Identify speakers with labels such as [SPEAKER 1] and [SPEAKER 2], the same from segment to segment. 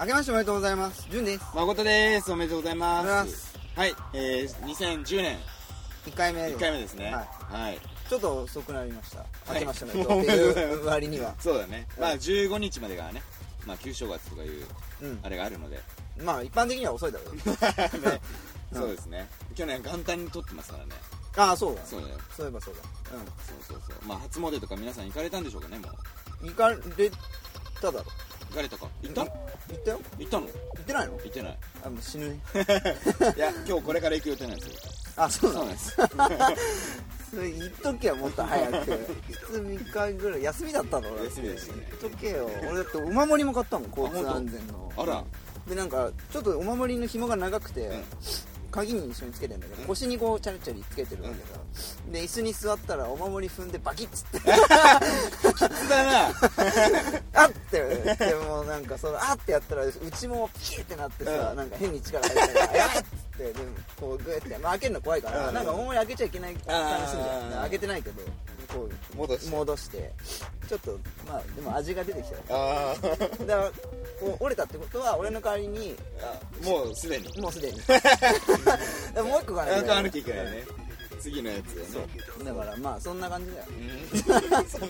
[SPEAKER 1] 明けましておめでとうございます。じゅんです。
[SPEAKER 2] 誠ですおめでとうございま
[SPEAKER 1] おめでとうございます
[SPEAKER 2] はい、えー、2010年
[SPEAKER 1] 1回目で
[SPEAKER 2] 1回目ですね
[SPEAKER 1] は
[SPEAKER 2] はい、
[SPEAKER 1] い。ちょっと遅くなりました。
[SPEAKER 2] い
[SPEAKER 1] 明けましておめでとうっていう割には。
[SPEAKER 2] そうだね、まあ
[SPEAKER 1] うん
[SPEAKER 2] 15日までがねまあ旧正月とかいう
[SPEAKER 1] うん
[SPEAKER 2] あ。れがある ので、
[SPEAKER 1] まあ、一般的には遅いだろうけど。
[SPEAKER 2] ね
[SPEAKER 1] うん
[SPEAKER 2] そうですね去年元旦に撮ってますからね
[SPEAKER 1] ああ、そうだ。
[SPEAKER 2] そうだよ
[SPEAKER 1] そういえばそうだ。
[SPEAKER 2] そうそうそうまあ初詣とか皆さん行かれたんでしょうかねもう
[SPEAKER 1] うん。行かれただろ。
[SPEAKER 2] 行かれたか行った
[SPEAKER 1] 行
[SPEAKER 2] 行
[SPEAKER 1] ったよ
[SPEAKER 2] ったの
[SPEAKER 1] 行ってないの
[SPEAKER 2] 行ってない
[SPEAKER 1] あ、もう死ぬね。
[SPEAKER 2] いや今日これから行く予定なんですよ
[SPEAKER 1] あ、そう
[SPEAKER 2] そ
[SPEAKER 1] な
[SPEAKER 2] う
[SPEAKER 1] の
[SPEAKER 2] なんです
[SPEAKER 1] それ言っとけよ、もっと早く。普通3日ぐらい。休みだったの俺
[SPEAKER 2] 休みでしたね
[SPEAKER 1] 言っとけよ。俺だってお守りも買ったもん、交
[SPEAKER 2] あ本
[SPEAKER 1] 通
[SPEAKER 2] 当
[SPEAKER 1] 安全の。
[SPEAKER 2] あら
[SPEAKER 1] で、なんか、ちょっとお守りの紐が長くて
[SPEAKER 2] ん、
[SPEAKER 1] 鍵に一緒につけてんだけど、
[SPEAKER 2] うん
[SPEAKER 1] 腰にこう、チャリチャリつけてるんだけど、で、椅子に座ったらお守り踏んでバキッつって。
[SPEAKER 2] 普通だな
[SPEAKER 1] あっってでもなんかそのあってやったらうちもピーってなってさ、
[SPEAKER 2] うん
[SPEAKER 1] なんか変に力入ったからやばいっつってでもこうグーって、まあ、開けるの怖いから、
[SPEAKER 2] うん
[SPEAKER 1] なんか重い開けちゃいけない感じするじゃん
[SPEAKER 2] あー
[SPEAKER 1] で開けてないけどこ
[SPEAKER 2] 戻
[SPEAKER 1] う
[SPEAKER 2] して
[SPEAKER 1] 戻してちょっとまあでも味が出てきたよ
[SPEAKER 2] ああ
[SPEAKER 1] だからこう折れたってことは俺の代わりに
[SPEAKER 2] もうすでに
[SPEAKER 1] もうすでに でももう一個が
[SPEAKER 2] な
[SPEAKER 1] ね
[SPEAKER 2] んか歩きいけないね次のやつよね
[SPEAKER 1] だからまあそんな感じだよ、
[SPEAKER 2] うんそっか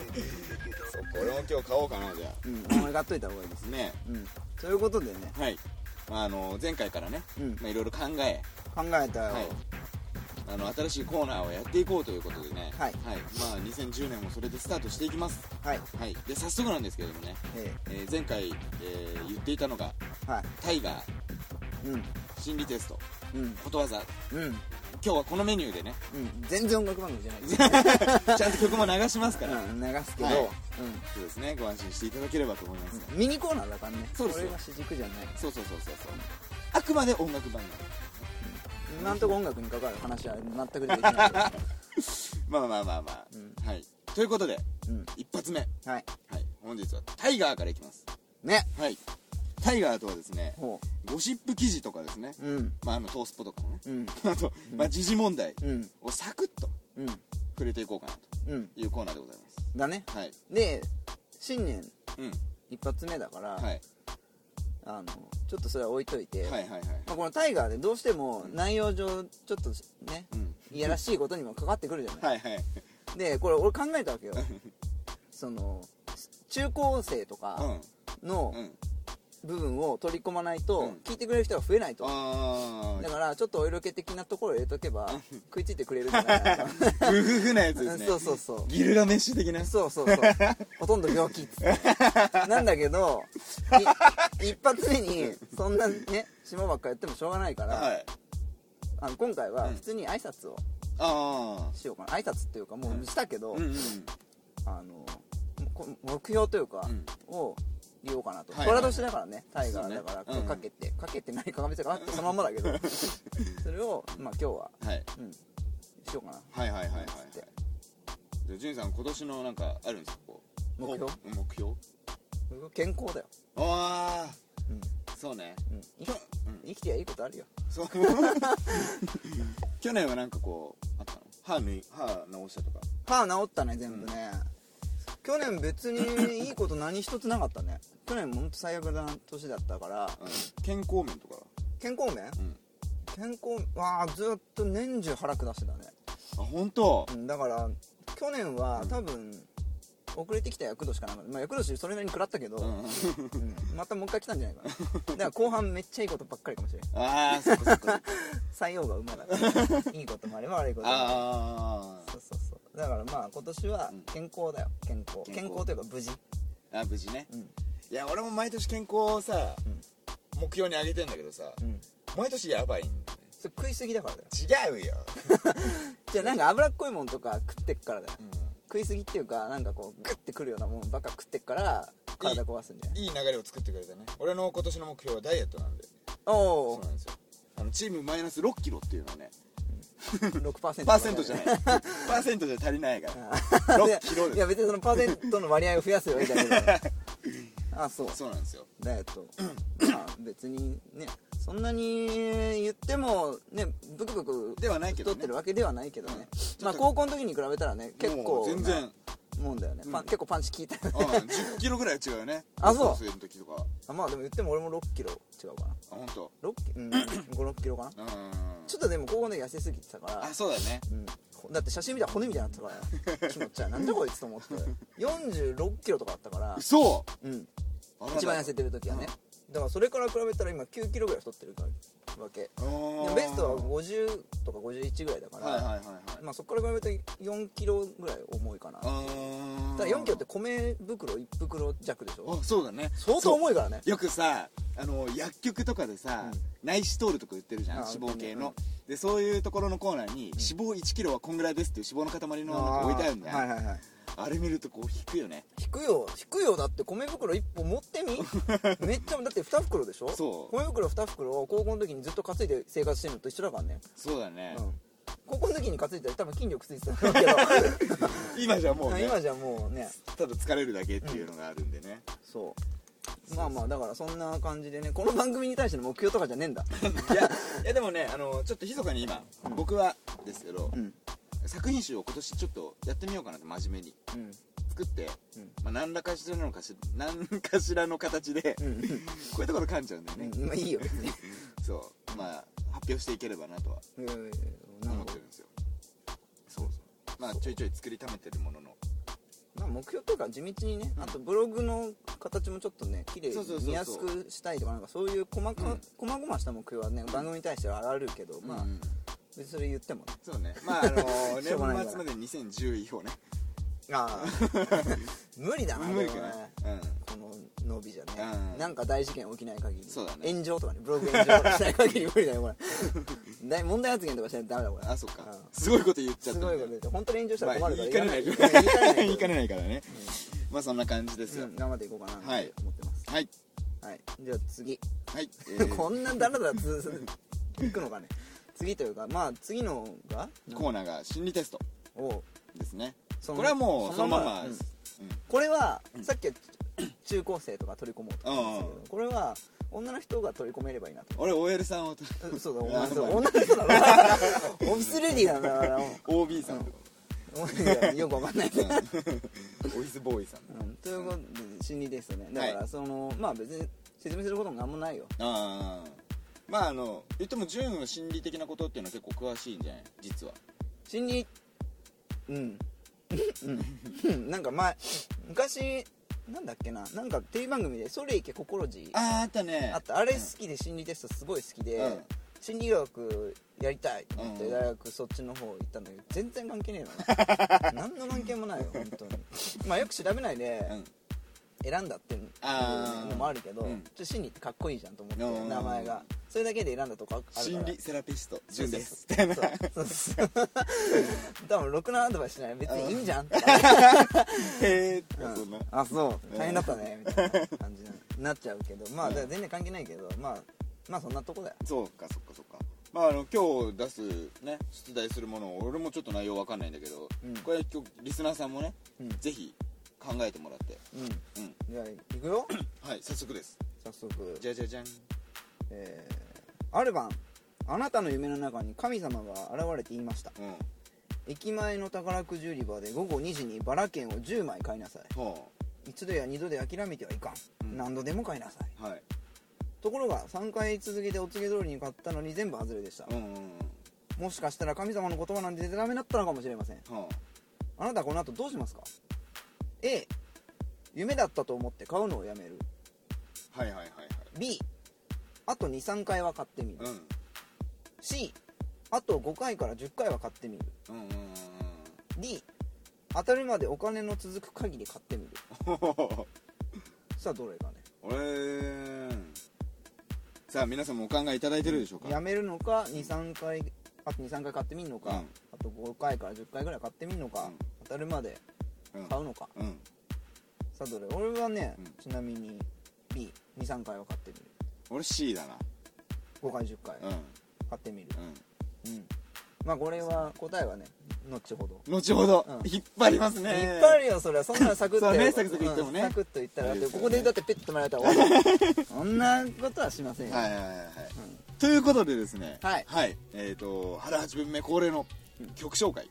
[SPEAKER 2] 俺も今日買おうかなじゃ
[SPEAKER 1] うん、お前買っといた方がいいです
[SPEAKER 2] あね
[SPEAKER 1] うんということでね、
[SPEAKER 2] はい、まあ、あの前回からね、
[SPEAKER 1] うん、
[SPEAKER 2] まあ、いろいろ考え、
[SPEAKER 1] 考えたよ、
[SPEAKER 2] はい、あの新しいコーナーをやっていこうということでね、
[SPEAKER 1] はい
[SPEAKER 2] まあ、2010年もそれでスタートしていきます、
[SPEAKER 1] はい
[SPEAKER 2] はい、で早速なんですけれどもね、
[SPEAKER 1] え
[SPEAKER 2] えー前回、えー言っていたのが
[SPEAKER 1] えはい
[SPEAKER 2] タイガー
[SPEAKER 1] うん
[SPEAKER 2] 心理テスト
[SPEAKER 1] うん
[SPEAKER 2] ことわざ
[SPEAKER 1] うん
[SPEAKER 2] 今日はこのメニューでね
[SPEAKER 1] うん、全然音楽番組じゃないです
[SPEAKER 2] ちゃんと曲も流しますか ら、
[SPEAKER 1] うん、流すけど、
[SPEAKER 2] はい
[SPEAKER 1] うん
[SPEAKER 2] そうですねご安心していただければと思います、
[SPEAKER 1] ミニコーナーだからね
[SPEAKER 2] そうですよ
[SPEAKER 1] 俺が主軸じゃない
[SPEAKER 2] そうそうそうそうそうあくまで音楽番組
[SPEAKER 1] 今んとこ音楽に関わる話は全くできないけど、
[SPEAKER 2] まあまあまあまあ、
[SPEAKER 1] うん
[SPEAKER 2] はいということで
[SPEAKER 1] うん、
[SPEAKER 2] 一発目、はい、
[SPEAKER 1] はい
[SPEAKER 2] 本日はタイガーからいきます
[SPEAKER 1] ね
[SPEAKER 2] はいタイガーとはですね
[SPEAKER 1] ほ
[SPEAKER 2] ゴシップ記事とかですね、
[SPEAKER 1] ううん
[SPEAKER 2] まああのトースポとかもね
[SPEAKER 1] うん
[SPEAKER 2] あと、まあ、時事問題
[SPEAKER 1] うん
[SPEAKER 2] をサクッと
[SPEAKER 1] うん
[SPEAKER 2] 触れていこうかなと
[SPEAKER 1] うん
[SPEAKER 2] いうコーナーでございます
[SPEAKER 1] だね
[SPEAKER 2] はい
[SPEAKER 1] で新年
[SPEAKER 2] うん
[SPEAKER 1] 一発目だから、
[SPEAKER 2] はい
[SPEAKER 1] あのちょっとそれは置いといて、
[SPEAKER 2] はいはいはい
[SPEAKER 1] まあ、このタイガーでどうしても内容上ちょっとね
[SPEAKER 2] うん
[SPEAKER 1] いやらしいことにもかかってくるじゃない、
[SPEAKER 2] はいはい
[SPEAKER 1] でこれ俺考えたわけ よその中高生とかの、
[SPEAKER 2] うんうん
[SPEAKER 1] 部分を取り込まないと、
[SPEAKER 2] うん
[SPEAKER 1] 聞いてくれる人が増えないと
[SPEAKER 2] あ
[SPEAKER 1] だからちょっとお色気的なところを入れとけば食いついてくれるんじゃない かなと
[SPEAKER 2] あグフフなやつです ね
[SPEAKER 1] そうそうそう
[SPEAKER 2] ギルガメッシュ的な
[SPEAKER 1] そうそうそうほとんど病気っつ ってなんだけどい一発目にそんなね島ばっかやってもしょうがないから、
[SPEAKER 2] はい
[SPEAKER 1] あの今回は
[SPEAKER 2] うん
[SPEAKER 1] 普通に挨拶を
[SPEAKER 2] あ
[SPEAKER 1] しようかな挨拶っていうかもうしたけ
[SPEAKER 2] あ
[SPEAKER 1] ど、
[SPEAKER 2] うんうん
[SPEAKER 1] あのこ目標というか、
[SPEAKER 2] うん
[SPEAKER 1] を言おうかなと
[SPEAKER 2] はいはいはい
[SPEAKER 1] 虎年だからねタイガーだから
[SPEAKER 2] そうねうん
[SPEAKER 1] かけて、かけて何かが別にかなってそのまんまだけど それをまあ今日は
[SPEAKER 2] はい
[SPEAKER 1] うんしようかな
[SPEAKER 2] はいはいはいはいはい
[SPEAKER 1] つって
[SPEAKER 2] じゃあジュンさん今年のなんかあるんですかこう
[SPEAKER 1] 目標
[SPEAKER 2] こう目標
[SPEAKER 1] 健康だよ、
[SPEAKER 2] あ
[SPEAKER 1] うん
[SPEAKER 2] あそうね
[SPEAKER 1] うん、
[SPEAKER 2] きょ
[SPEAKER 1] 生
[SPEAKER 2] うん
[SPEAKER 1] きてはいいことあるよ
[SPEAKER 2] そう 去年はなんかこうあったの歯ぬい歯直したとか
[SPEAKER 1] 歯治ったね全部ね、去年別に いいこと何一つなかったね去年もほんと最悪な年だったから
[SPEAKER 2] あの健康面とか
[SPEAKER 1] 健康面
[SPEAKER 2] うん
[SPEAKER 1] 健康わあずっと年中腹下してたね
[SPEAKER 2] あ本当
[SPEAKER 1] うんだから去年は多分遅れてきた厄年しかなかった、まあ、厄年それなりに食らったけど、
[SPEAKER 2] うん
[SPEAKER 1] うんまたもう一回来たんじゃないか なだから後半めっちゃいいことばっかりかもしれない
[SPEAKER 2] ああそっかそっか
[SPEAKER 1] 採用が馬だから いいこともあれば悪いこともあ
[SPEAKER 2] あ
[SPEAKER 1] るそうそうそうだからまあ今年は健康だよ健康
[SPEAKER 2] 健
[SPEAKER 1] 健
[SPEAKER 2] 康
[SPEAKER 1] 康というか無事
[SPEAKER 2] ーあ無事ね
[SPEAKER 1] うん
[SPEAKER 2] いや俺も毎年健康をさ
[SPEAKER 1] うん
[SPEAKER 2] 目標に上げてんだけどさ
[SPEAKER 1] うん
[SPEAKER 2] 毎年やばいんだよ
[SPEAKER 1] それ食いすぎだからだよ
[SPEAKER 2] ね違うよ
[SPEAKER 1] じゃあなんか脂っこいもんとか食ってっからだよ
[SPEAKER 2] うん
[SPEAKER 1] 食いすぎっていうかなんかこうグッてくるようなもんばっか食ってっから体壊すんじゃない
[SPEAKER 2] いい流れを作ってくれたね俺の今年の目標はダイエットなんで
[SPEAKER 1] お
[SPEAKER 2] そう
[SPEAKER 1] お
[SPEAKER 2] なんですよあのチームマイナス6キロっていうのはね
[SPEAKER 1] 6%
[SPEAKER 2] パーセントじゃない パーセントじゃ足りな いから6キロ
[SPEAKER 1] い
[SPEAKER 2] で
[SPEAKER 1] や別にそのパー セントの割合を増やせばいいだけだからあそう
[SPEAKER 2] すそうなんですよ
[SPEAKER 1] ダイエットまあ別にねそんなに言ってもねブクブク
[SPEAKER 2] ではないけど
[SPEAKER 1] 太っ
[SPEAKER 2] ね
[SPEAKER 1] てるわけではないけどね、
[SPEAKER 2] と
[SPEAKER 1] まあ高校の時に比べたらね結
[SPEAKER 2] も
[SPEAKER 1] 構
[SPEAKER 2] う全然、
[SPEAKER 1] なもんだよね、パン
[SPEAKER 2] うん
[SPEAKER 1] 結構パンチ効いたよ
[SPEAKER 2] うん、
[SPEAKER 1] ね、
[SPEAKER 2] 10キロぐらい違うよね
[SPEAKER 1] あそう
[SPEAKER 2] 高校生の時と かあ
[SPEAKER 1] まあでも言っても俺も6キロ違うかな
[SPEAKER 2] 本当。
[SPEAKER 1] 6キうん56キロかな
[SPEAKER 2] うん
[SPEAKER 1] ちょっとでも高校の時痩せすぎてたから
[SPEAKER 2] あそうだね
[SPEAKER 1] うんだって写真見たら骨みたいになってたから気持ちはなんだこいつと思 って46キロとかあったから、
[SPEAKER 2] 嘘
[SPEAKER 1] うん、
[SPEAKER 2] あらら
[SPEAKER 1] 一番痩せてる時はね、だからそれから比べたら今9キロぐらい太ってるわけ
[SPEAKER 2] あー
[SPEAKER 1] でベストは50とか51ぐらいだから、
[SPEAKER 2] はいはいはいはい
[SPEAKER 1] まあ、そこから比べると4キロぐらい重いかなた
[SPEAKER 2] あ
[SPEAKER 1] だ4キロって米袋1袋弱でしょ
[SPEAKER 2] あそうだね
[SPEAKER 1] 相当重いからね
[SPEAKER 2] よくさあの薬局とかでさ、
[SPEAKER 1] うん
[SPEAKER 2] 内視トールとか売ってるじゃん
[SPEAKER 1] あ
[SPEAKER 2] 脂肪系
[SPEAKER 1] う
[SPEAKER 2] の
[SPEAKER 1] ん、
[SPEAKER 2] でそういうところのコーナーに、脂肪1キロはこんぐらいですっていう脂肪の塊のなんか置いてあるんだよ、
[SPEAKER 1] はいはいはい
[SPEAKER 2] あれ見るとこう引くよね
[SPEAKER 1] 引くよ引くよだって米袋1本持 ってみめっちゃだって2袋でしょ
[SPEAKER 2] そう
[SPEAKER 1] 米袋2袋を高校の時にずっと担いで生活してるのと一緒だからね、
[SPEAKER 2] そうだね
[SPEAKER 1] う、ん、高校の時に担いでたら多分筋力ついてたんだろう けど
[SPEAKER 2] 今じゃもうね
[SPEAKER 1] 今じゃもうね
[SPEAKER 2] ただ疲れるだけっていうのがあるんでね、
[SPEAKER 1] そうまあまあだからそんな感じでねこの番組に対しての目標とかじゃねえんだ
[SPEAKER 2] いやいやでもねあのちょっと密かに今、
[SPEAKER 1] うん
[SPEAKER 2] 僕はですけど、
[SPEAKER 1] うん
[SPEAKER 2] 作品集を今年ちょっとやってみようかなと真面目に
[SPEAKER 1] うん
[SPEAKER 2] 作って、
[SPEAKER 1] うん
[SPEAKER 2] まあ、何らかしらのかし何かしらの形
[SPEAKER 1] う
[SPEAKER 2] で、こ
[SPEAKER 1] ん
[SPEAKER 2] ういうところ噛んじゃうんだよね、
[SPEAKER 1] うんまあいいよ別に
[SPEAKER 2] そうまあ発表していければなとは
[SPEAKER 1] うんなる
[SPEAKER 2] 思っ
[SPEAKER 1] ほ
[SPEAKER 2] て
[SPEAKER 1] ど
[SPEAKER 2] るんですよそうそうまあちょいちょい作りためてるものの
[SPEAKER 1] まあ目標というか地道にね、
[SPEAKER 2] うん
[SPEAKER 1] あとブログの形もちょっとね綺麗
[SPEAKER 2] そうそうそう
[SPEAKER 1] に
[SPEAKER 2] そう
[SPEAKER 1] 見やすくしたいとかなんかそういう細か、
[SPEAKER 2] うん
[SPEAKER 1] 細々した目標はね番組に対してはあるけど、まあ
[SPEAKER 2] うん
[SPEAKER 1] 別にそれ言ってもね
[SPEAKER 2] そうね まああの
[SPEAKER 1] しょうがない
[SPEAKER 2] 年末まで2010位をね
[SPEAKER 1] ああ 無理だな
[SPEAKER 2] 無理か
[SPEAKER 1] でもね
[SPEAKER 2] なうん
[SPEAKER 1] この伸びじゃね、
[SPEAKER 2] うん
[SPEAKER 1] なんか大事件起きない限り
[SPEAKER 2] そうだね
[SPEAKER 1] 炎上とかねブログ炎上とかしない限り無理だよ これだい問題発言とかしないとダメだこれ
[SPEAKER 2] あそっか
[SPEAKER 1] うん
[SPEAKER 2] すごいこと言っちゃった
[SPEAKER 1] す
[SPEAKER 2] んだ
[SPEAKER 1] ごいことで本当に炎上したら
[SPEAKER 2] ま
[SPEAKER 1] 困
[SPEAKER 2] あ
[SPEAKER 1] るから
[SPEAKER 2] 言いかねない
[SPEAKER 1] 言
[SPEAKER 2] 言
[SPEAKER 1] いかね ない
[SPEAKER 2] いかねないからねまあそんな感じです
[SPEAKER 1] う
[SPEAKER 2] よ
[SPEAKER 1] ん頑張っていこうかなと
[SPEAKER 2] はい
[SPEAKER 1] 思ってます、
[SPEAKER 2] はい
[SPEAKER 1] はい、じゃあ次
[SPEAKER 2] はいえ ー
[SPEAKER 1] こんなだらだらついくのかね次というかまあ次のが
[SPEAKER 2] コーナーが心理テスト
[SPEAKER 1] を
[SPEAKER 2] ですね
[SPEAKER 1] その
[SPEAKER 2] これはもうそのまま
[SPEAKER 1] うんこれはさっきは中高生とか取り込もうと思ったんですけ
[SPEAKER 2] うん
[SPEAKER 1] どこれは女の人が取り込めればいいなと
[SPEAKER 2] 俺 OL さんを
[SPEAKER 1] うんそうだ
[SPEAKER 2] うん
[SPEAKER 1] 女の人女の人だろオフィスレディーなんだから
[SPEAKER 2] OB さんとか
[SPEAKER 1] もうよくわかんないけど
[SPEAKER 2] オフィスボーイさん
[SPEAKER 1] うんということで心理ですよねだか
[SPEAKER 2] は
[SPEAKER 1] らそのまあ別に説明することもなんもないよ
[SPEAKER 2] ああまああの言っても純心理的なことっていうのは結構詳しいんじゃない実は
[SPEAKER 1] 心理うんうんうんなんか前昔なんだっけななんかテレビ番組で「それいけ心地」
[SPEAKER 2] あああったね
[SPEAKER 1] あったあれ好きで心理テストすごい好きで、
[SPEAKER 2] うん
[SPEAKER 1] 心理学やりたいと思っ
[SPEAKER 2] う
[SPEAKER 1] て
[SPEAKER 2] ん
[SPEAKER 1] 大学そっちの方行ったんだけど全然関係ねえよ な何の関係もないよ本当にまあよく調べないで
[SPEAKER 2] うん
[SPEAKER 1] 選んだっていう
[SPEAKER 2] あー
[SPEAKER 1] のもあるけど、
[SPEAKER 2] うん
[SPEAKER 1] ちょっと心理ってかっこいいじゃんと思
[SPEAKER 2] う
[SPEAKER 1] っ
[SPEAKER 2] ん
[SPEAKER 1] て名前がそれだけで選んだとこあるから
[SPEAKER 2] 心理セラピスト
[SPEAKER 1] そう
[SPEAKER 2] 純です
[SPEAKER 1] そうそう そう多分ろくなアドバイスしない別にいいんじゃんとか
[SPEAKER 2] へえそんな
[SPEAKER 1] あそう大変だったねみたいな感じになっちゃうけどまあだから全然関係ないけどまあまあそんなとこだよ
[SPEAKER 2] そうかそっかそっかまああの今日出すね出題するものを俺もちょっと内容わかんないんだけど
[SPEAKER 1] うん
[SPEAKER 2] これ今日リスナーさんもね
[SPEAKER 1] うん
[SPEAKER 2] ぜひ考えてもらって
[SPEAKER 1] うん
[SPEAKER 2] うん
[SPEAKER 1] じゃあいく よ
[SPEAKER 2] はい早速です
[SPEAKER 1] 早速
[SPEAKER 2] じゃじゃじゃん
[SPEAKER 1] えーある晩あなたの夢の中に神様が現れて言いました
[SPEAKER 2] うん
[SPEAKER 1] 駅前の宝くじ売り場で午後2時にバラ券を10枚買いなさ
[SPEAKER 2] ほ
[SPEAKER 1] い一度や二度で諦めてはいかん、
[SPEAKER 2] うん
[SPEAKER 1] 何度でも買いなさいう
[SPEAKER 2] はい
[SPEAKER 1] ところが3回続けてお告げ通りに買ったのに全部外れでした、
[SPEAKER 2] うんうんうん
[SPEAKER 1] もしかしたら神様の言葉なんてでたらめだったのかもしれません
[SPEAKER 2] ほ
[SPEAKER 1] あなたはこの後どうしますか A 夢だったと思って買うのをやめる
[SPEAKER 2] うはいはいはい
[SPEAKER 1] B あと23回は買ってみる、
[SPEAKER 2] はいうん
[SPEAKER 1] C あと5回から10回は買ってみる
[SPEAKER 2] うんうんうんうん
[SPEAKER 1] D 当たるまでお金の続く限り買ってみる
[SPEAKER 2] ほほほほ
[SPEAKER 1] さあどれかね
[SPEAKER 2] 俺うんさあ皆さんもお考えいただいてるでしょうか
[SPEAKER 1] やめるのか23回あと23回買ってみるのか、
[SPEAKER 2] うん
[SPEAKER 1] あと5回から10回ぐらい買ってみるのか、
[SPEAKER 2] うん
[SPEAKER 1] 当たるまで
[SPEAKER 2] うん
[SPEAKER 1] 買うのか、
[SPEAKER 2] うん
[SPEAKER 1] さあどれ俺はね、
[SPEAKER 2] うん
[SPEAKER 1] ちなみに B23 回は買ってみる
[SPEAKER 2] 俺 C だな
[SPEAKER 1] 5回10回
[SPEAKER 2] うん
[SPEAKER 1] 買ってみる
[SPEAKER 2] うん
[SPEAKER 1] うん、まあこれは答えはね後ほど
[SPEAKER 2] 後ほど、
[SPEAKER 1] うん
[SPEAKER 2] 引っ張ります
[SPEAKER 1] い
[SPEAKER 2] ね
[SPEAKER 1] っぱいあるよそれはそんなのサクッと
[SPEAKER 2] そうねサクサクいってもね
[SPEAKER 1] うんサクッといったら
[SPEAKER 2] そう
[SPEAKER 1] で
[SPEAKER 2] ですよね
[SPEAKER 1] ここでだってペッともらえたら終わ りそんなことはしませんよ
[SPEAKER 2] はいはいはいはい、ということでですね
[SPEAKER 1] はい
[SPEAKER 2] えっ、と原八分目恒例の曲紹介、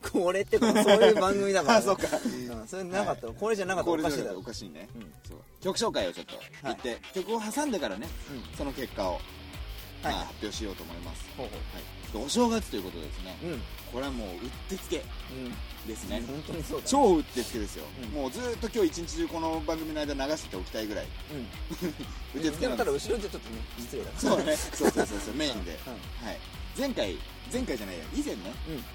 [SPEAKER 1] これってこうそういう番組だから
[SPEAKER 2] あそうか
[SPEAKER 1] うんそれなかったらこれじゃなかったら
[SPEAKER 2] 恒
[SPEAKER 1] おか
[SPEAKER 2] 例の
[SPEAKER 1] しいだ
[SPEAKER 2] 曲だと
[SPEAKER 1] ろ
[SPEAKER 2] おかしいね、
[SPEAKER 1] うん
[SPEAKER 2] そう曲紹介をちょっと言って、曲を挟んでからね、
[SPEAKER 1] う
[SPEAKER 2] その結果を、
[SPEAKER 1] はい
[SPEAKER 2] まあ発表しようと思います、
[SPEAKER 1] ほうほ
[SPEAKER 2] はい、お正月ということでですね、
[SPEAKER 1] ううんうん
[SPEAKER 2] これはもううってつけですね、
[SPEAKER 1] 本当にそうだ
[SPEAKER 2] 超うってつけですよ、
[SPEAKER 1] うん
[SPEAKER 2] もうずーっと今日一日中この番組の間流しておきたいぐらい
[SPEAKER 1] うん
[SPEAKER 2] うって
[SPEAKER 1] で
[SPEAKER 2] つけな
[SPEAKER 1] も
[SPEAKER 2] ん
[SPEAKER 1] た
[SPEAKER 2] で
[SPEAKER 1] だ
[SPEAKER 2] す
[SPEAKER 1] 後ろじゃちょっとね失礼だから
[SPEAKER 2] そうねそうそうそ うそうメインで、
[SPEAKER 1] うん
[SPEAKER 2] はい、前回前回じゃないや以前ね、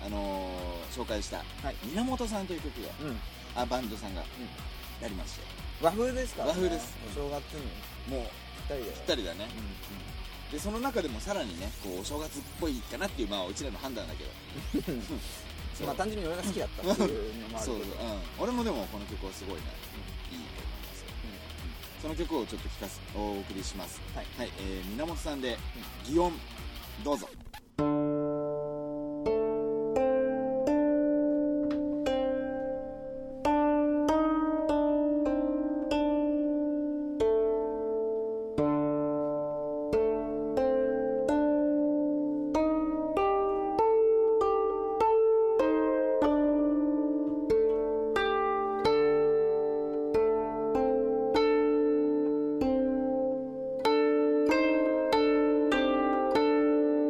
[SPEAKER 2] あのー紹介した
[SPEAKER 1] はい
[SPEAKER 2] 源さんという曲が
[SPEAKER 1] うんうん
[SPEAKER 2] あバンドさんがやりまして
[SPEAKER 1] 和風ですからね
[SPEAKER 2] 和風です
[SPEAKER 1] お正月にぴ
[SPEAKER 2] もう
[SPEAKER 1] ったりだよ
[SPEAKER 2] ぴったりだね、でその中でもさらにねこうお正月っぽいかなっていうまあうちらの判断だけ ど
[SPEAKER 1] うん
[SPEAKER 2] そう
[SPEAKER 1] まあ単純に俺が好きだったっていうのもある
[SPEAKER 2] そうそう、うん
[SPEAKER 1] けど、
[SPEAKER 2] 俺もでもこの曲はすごいね、いいと思いますよ、うんその曲をちょっと聞かすお送りします
[SPEAKER 1] はい
[SPEAKER 2] はい、えー、源さんで「祇園」どうぞ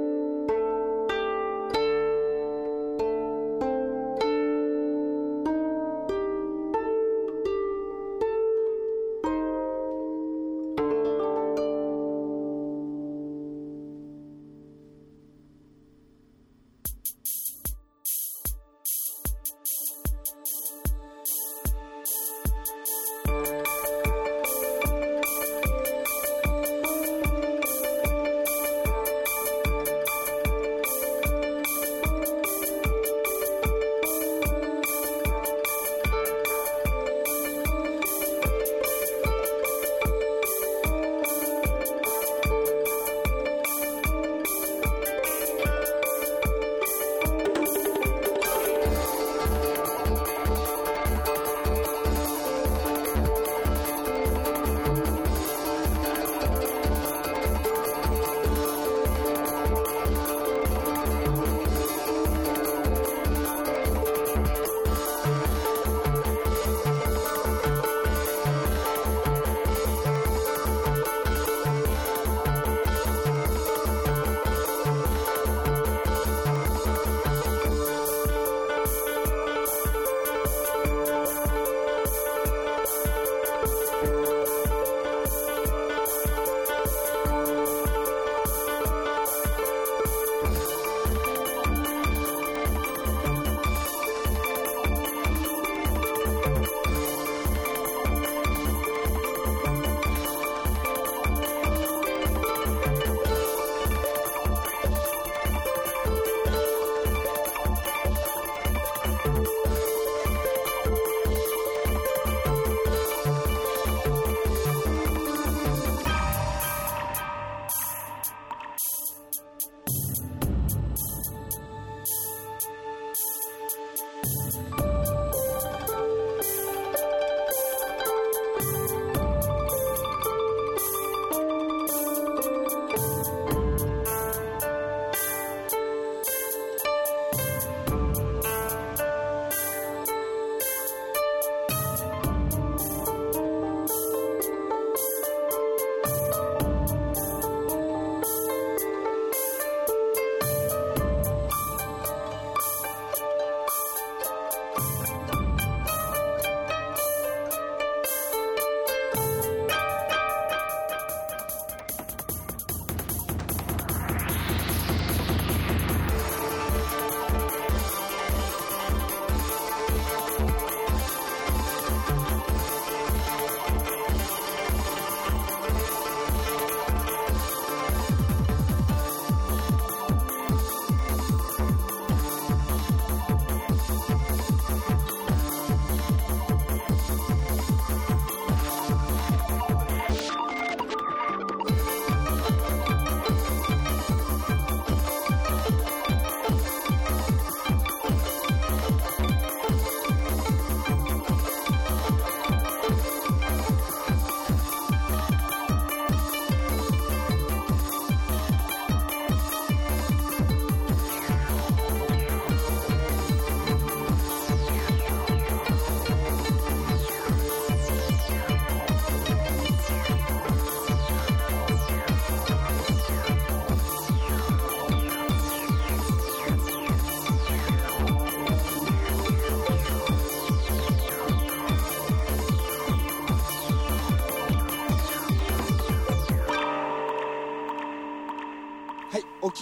[SPEAKER 3] 「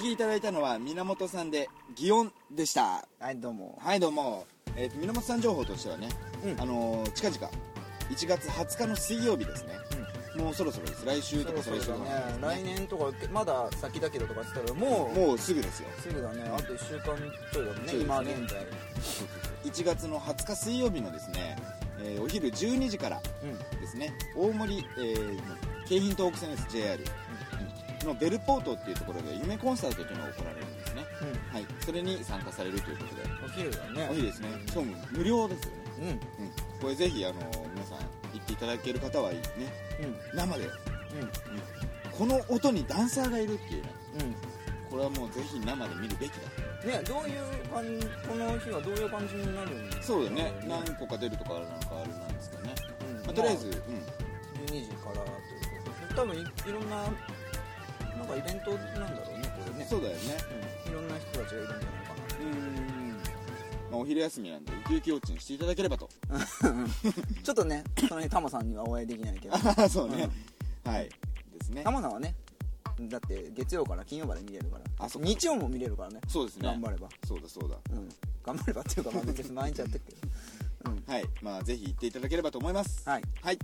[SPEAKER 2] いただいたのは源さんで祇園でした
[SPEAKER 1] はいどうも
[SPEAKER 2] はいどうも、えーと源さん情報としてはね、
[SPEAKER 1] うん
[SPEAKER 2] あのー近々1月20日の水曜日ですね、もうそろそろです来週とか
[SPEAKER 1] そ
[SPEAKER 2] 再
[SPEAKER 1] ろ
[SPEAKER 2] 来週
[SPEAKER 1] そ
[SPEAKER 2] と
[SPEAKER 1] ろ
[SPEAKER 2] か、
[SPEAKER 1] ね来年とかまだ先だけどとか言ってたらもう
[SPEAKER 2] もうすぐですよ
[SPEAKER 1] すぐだねあと1週間ちょいだもんね
[SPEAKER 2] そうですね
[SPEAKER 1] 今現在
[SPEAKER 2] 1月の20日水曜日のですね、えーお昼12時から
[SPEAKER 1] うん
[SPEAKER 2] ですね大森、えー京浜東北線です JR のベルポートっていうところで夢コンサートというのが行われるんですねはいそれに参加されるということで
[SPEAKER 1] お昼だね
[SPEAKER 2] いいですねしかも無料ですよね、
[SPEAKER 1] うんうん
[SPEAKER 2] うん、これぜひあの皆さん行っていただける方はいいね生で
[SPEAKER 1] う
[SPEAKER 2] この音にダンサーがいるっていうね
[SPEAKER 1] んうん
[SPEAKER 2] これはもうぜひ生で見るべきだ
[SPEAKER 1] ねどういう感じこの日はどういう感じになるんですか
[SPEAKER 2] そうだね何個か出るとかなんかあれなんですけどね、
[SPEAKER 1] うん
[SPEAKER 2] まあ、とりあえず、
[SPEAKER 1] ま
[SPEAKER 2] うん
[SPEAKER 1] あ12時からということで多分いいろんななんかイベントなんだろうねこれね
[SPEAKER 2] そうだよね
[SPEAKER 1] うんいろんな人たちがいるんじゃないかな
[SPEAKER 2] うーん、まあ、お昼休みなんでウキウキウォッチにしていただければと
[SPEAKER 1] ちょっとねその辺タモさんにはお会いできない けど
[SPEAKER 2] ああそうね、はいですね
[SPEAKER 1] タモさんはねだって月曜から金曜まで見れるから
[SPEAKER 2] あそっか
[SPEAKER 1] 日曜も見れるからね
[SPEAKER 2] そうですね
[SPEAKER 1] 頑張れば
[SPEAKER 2] そうだそうだ
[SPEAKER 1] うん頑張ればっていうかまあ別に毎日やってるけど うん
[SPEAKER 2] はいまあぜひ行っていただければと思います
[SPEAKER 1] はい
[SPEAKER 2] はい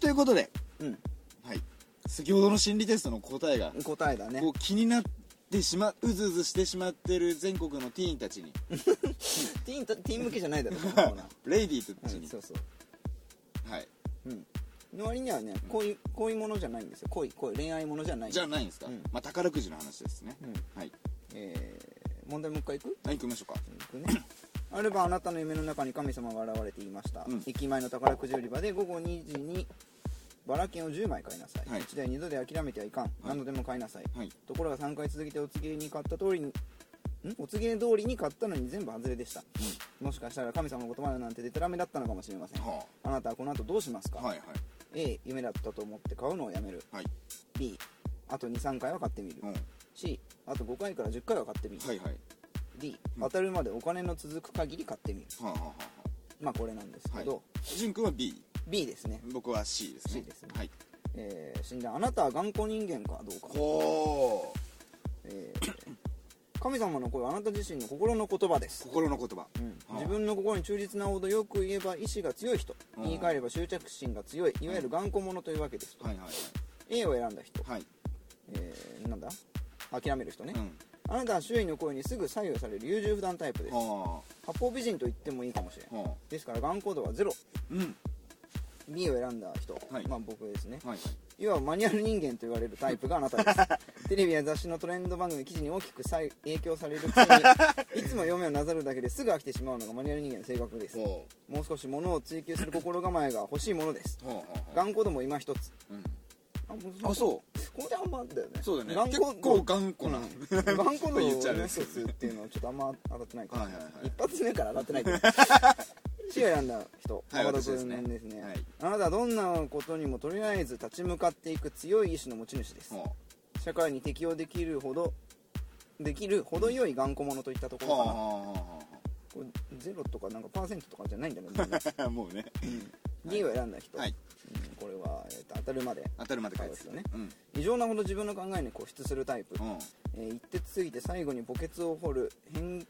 [SPEAKER 2] ということで、
[SPEAKER 1] うん
[SPEAKER 2] はい、先ほどの心理テストの答えが
[SPEAKER 1] 答えだね
[SPEAKER 2] こう気になってしまううずうずしてしまってる全国のティーンたちに
[SPEAKER 1] ティーンとティーン向けじゃないだろうな
[SPEAKER 2] レイディーたち
[SPEAKER 1] うん
[SPEAKER 2] に、
[SPEAKER 1] そうそう
[SPEAKER 2] はい、
[SPEAKER 1] うんの割にはねこういうこういうものじゃないんですよ恋恋恋愛ものじゃない
[SPEAKER 2] じゃないんですか、
[SPEAKER 1] うん
[SPEAKER 2] まあ、宝くじの話ですね、
[SPEAKER 1] うん
[SPEAKER 2] はい
[SPEAKER 1] えー問題もう一回いく
[SPEAKER 2] 何行きましょうか
[SPEAKER 1] 行 くねあればあなたの夢の中に神様が現れていました、
[SPEAKER 2] うん
[SPEAKER 1] 駅前の宝くじ売り場で午後2時にバラ券を10枚買いなさい、
[SPEAKER 2] はい
[SPEAKER 1] 1台2度で諦めてはいかん、何度でも買いなさい、
[SPEAKER 2] はい
[SPEAKER 1] ところが3回続けてお告げに買った通りにんお告げ通りに買ったのに全部外れでした、もしかしたら神様の言葉なんてデタラメだったのかもしれません、
[SPEAKER 2] は
[SPEAKER 1] あなたはこの後どうしますか、
[SPEAKER 2] はいはい
[SPEAKER 1] A 夢だったと思って買うのをやめる
[SPEAKER 2] はい
[SPEAKER 1] B あと23回は買ってみる、
[SPEAKER 2] うん
[SPEAKER 1] C あと5回から10回は買ってみる、
[SPEAKER 2] はいはい
[SPEAKER 1] D 当たるまでお金の続く限り買ってみる
[SPEAKER 2] はあはあはあはあ
[SPEAKER 1] まあこれなんですけど、
[SPEAKER 2] 純くんは B
[SPEAKER 1] B ですね、
[SPEAKER 2] 僕は C ですね
[SPEAKER 1] C ですね
[SPEAKER 2] はい
[SPEAKER 1] えー、診断あなたは頑固人間かどうか、
[SPEAKER 2] ほ
[SPEAKER 1] えー神様の声はあなた自身の心の言葉です、
[SPEAKER 2] 心の言葉、
[SPEAKER 1] うん
[SPEAKER 2] あ、
[SPEAKER 1] 自分の心に忠実なほどよく言えば意志が強い人
[SPEAKER 2] うん
[SPEAKER 1] 言い換えれば執着心が強いいわゆる頑固者というわけですと、
[SPEAKER 2] はいはい
[SPEAKER 1] A を選んだ人、
[SPEAKER 2] はいはい
[SPEAKER 1] えー、なんだ諦める人ね、
[SPEAKER 2] うん
[SPEAKER 1] あなたは周囲の声にすぐ左右される優柔不断タイプです
[SPEAKER 2] は
[SPEAKER 1] 八方美人と言ってもいいかもしれ
[SPEAKER 2] あ
[SPEAKER 1] ない
[SPEAKER 2] はあ
[SPEAKER 1] ですから頑固度はゼロ
[SPEAKER 2] うん
[SPEAKER 1] B を選んだ人、
[SPEAKER 2] はい
[SPEAKER 1] まあ僕ですね、
[SPEAKER 2] はい
[SPEAKER 1] いわばマニュアル人間と言われるタイプがあなたです テレビや雑誌のトレンド番組記事に大きくさい影響されるくせ にいつも読めをなさるだけですぐ飽きてしまうのがマニュアル人間の性格です
[SPEAKER 2] ほ
[SPEAKER 1] もう少し物を追求する心構えが欲しいものです
[SPEAKER 2] うほうほう
[SPEAKER 1] 頑固度も今一つ
[SPEAKER 2] うん
[SPEAKER 1] あも
[SPEAKER 2] あ
[SPEAKER 1] う
[SPEAKER 2] そう
[SPEAKER 1] この点あんまあんだよね
[SPEAKER 2] そうだね
[SPEAKER 1] 頑
[SPEAKER 2] 結
[SPEAKER 1] 固
[SPEAKER 2] 構頑固な、
[SPEAKER 1] うん頑固度
[SPEAKER 2] 言っちゃう
[SPEAKER 1] の一つっていうのはちょっとあんま当たってないかもしれない
[SPEAKER 2] はいはいはい
[SPEAKER 1] 一発目から当たってない けど死を選んだ人
[SPEAKER 2] はい
[SPEAKER 1] 山田
[SPEAKER 2] 私です
[SPEAKER 1] 君
[SPEAKER 2] ね
[SPEAKER 1] ですね、
[SPEAKER 2] はい
[SPEAKER 1] あなたはどんなことにもとりあえず立ち向かっていく強い意志の持ち主です
[SPEAKER 2] ほ
[SPEAKER 1] 社会に適応できるほどできる程よい頑固者といったとこ
[SPEAKER 2] う
[SPEAKER 1] ろ
[SPEAKER 2] は
[SPEAKER 1] か
[SPEAKER 2] あ
[SPEAKER 1] な、
[SPEAKER 2] は
[SPEAKER 1] これゼロとかなんかパーセントとかじゃないんだけど、ね、
[SPEAKER 2] あはあもうね
[SPEAKER 1] D を選んだ人、
[SPEAKER 2] はい
[SPEAKER 1] うんこれは、えーと当たるまで
[SPEAKER 2] 当たるまで返す
[SPEAKER 1] そうですよね
[SPEAKER 2] うん
[SPEAKER 1] 異常なほど自分の考えに固執するタイプ、
[SPEAKER 2] うん
[SPEAKER 1] えー一徹すぎて最後に墓穴を掘る変ん